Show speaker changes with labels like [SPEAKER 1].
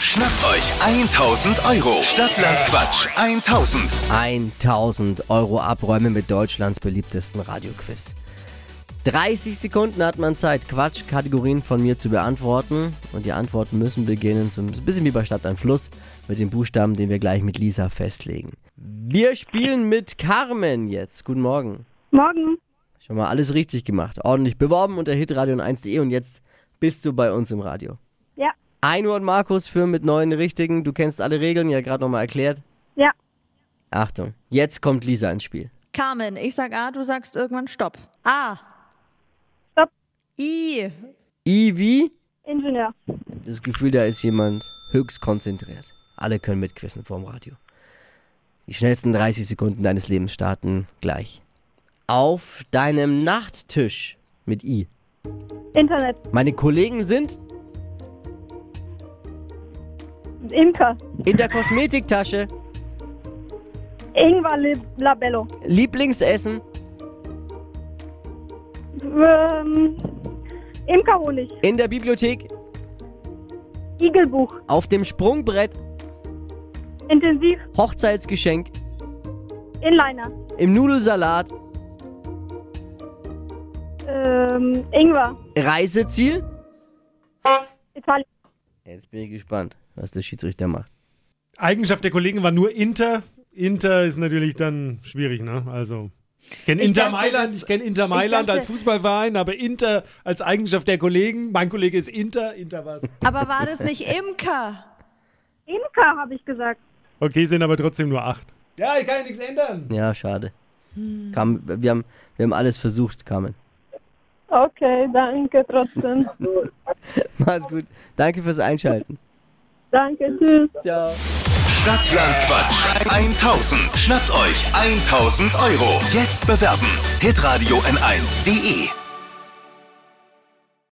[SPEAKER 1] Schnappt euch 1000 Euro. Stadtland Quatsch 1000.
[SPEAKER 2] 1000 Euro abräumen mit Deutschlands beliebtesten Radioquiz. 30 Sekunden hat man Zeit, Quatsch-Kategorien von mir zu beantworten. Und die Antworten müssen beginnen, so ein bisschen wie bei Stadt ein Fluss, mit dem Buchstaben, den wir gleich mit Lisa festlegen. Wir spielen mit Carmen jetzt. Guten Morgen.
[SPEAKER 3] Morgen.
[SPEAKER 2] Schon mal alles richtig gemacht. Ordentlich beworben unter hitradio 1.de und jetzt bist du bei uns im Radio.
[SPEAKER 3] Ja.
[SPEAKER 2] 1 Uhr und Markus führen mit neun richtigen. Du kennst alle Regeln, ja gerade nochmal erklärt.
[SPEAKER 3] Ja.
[SPEAKER 2] Achtung, jetzt kommt Lisa ins Spiel.
[SPEAKER 4] Carmen, ich sag A, du sagst irgendwann Stopp. A.
[SPEAKER 3] Stopp.
[SPEAKER 4] I.
[SPEAKER 2] I wie?
[SPEAKER 3] Ingenieur.
[SPEAKER 2] Das Gefühl, da ist jemand höchst konzentriert. Alle können mitquissen vorm Radio. Die schnellsten 30 Sekunden deines Lebens starten gleich. Auf deinem Nachttisch mit I.
[SPEAKER 3] Internet.
[SPEAKER 2] Meine Kollegen sind
[SPEAKER 3] Imker.
[SPEAKER 2] in der Kosmetiktasche.
[SPEAKER 3] Ingwer Lib- Labello.
[SPEAKER 2] Lieblingsessen
[SPEAKER 3] Ähm, Imkerhonig.
[SPEAKER 2] in der Bibliothek.
[SPEAKER 3] Igelbuch.
[SPEAKER 2] Auf dem Sprungbrett.
[SPEAKER 3] Intensiv.
[SPEAKER 2] Hochzeitsgeschenk.
[SPEAKER 3] Inliner.
[SPEAKER 2] Im Nudelsalat.
[SPEAKER 3] Ähm, Ingwer.
[SPEAKER 2] Reiseziel.
[SPEAKER 3] Italien.
[SPEAKER 2] Jetzt bin ich gespannt, was der Schiedsrichter macht.
[SPEAKER 5] Eigenschaft der Kollegen war nur Inter. Inter ist natürlich dann schwierig, ne? Also. Ich kenne
[SPEAKER 4] Ich
[SPEAKER 5] Inter
[SPEAKER 4] dachte,
[SPEAKER 5] Mailand,
[SPEAKER 4] das-
[SPEAKER 5] ich kenne Inter Mailand
[SPEAKER 4] dachte-
[SPEAKER 5] als Fußballverein, aber Inter als Eigenschaft der Kollegen. Mein Kollege ist Inter, Inter was.
[SPEAKER 4] Aber war das nicht Imker?
[SPEAKER 3] Imker habe ich gesagt.
[SPEAKER 5] Okay, sind aber trotzdem nur acht. Ja, ich kann ja nichts ändern.
[SPEAKER 2] Ja, schade. Kam, wir, haben, wir haben alles versucht, Carmen.
[SPEAKER 3] Okay, danke trotzdem.
[SPEAKER 2] Mach's gut. Danke fürs Einschalten.
[SPEAKER 3] danke, tschüss.
[SPEAKER 2] Ciao.
[SPEAKER 1] Stadtland Quatsch 1000. Schnappt euch 1000 Euro. Jetzt bewerben. Hitradio N1.de.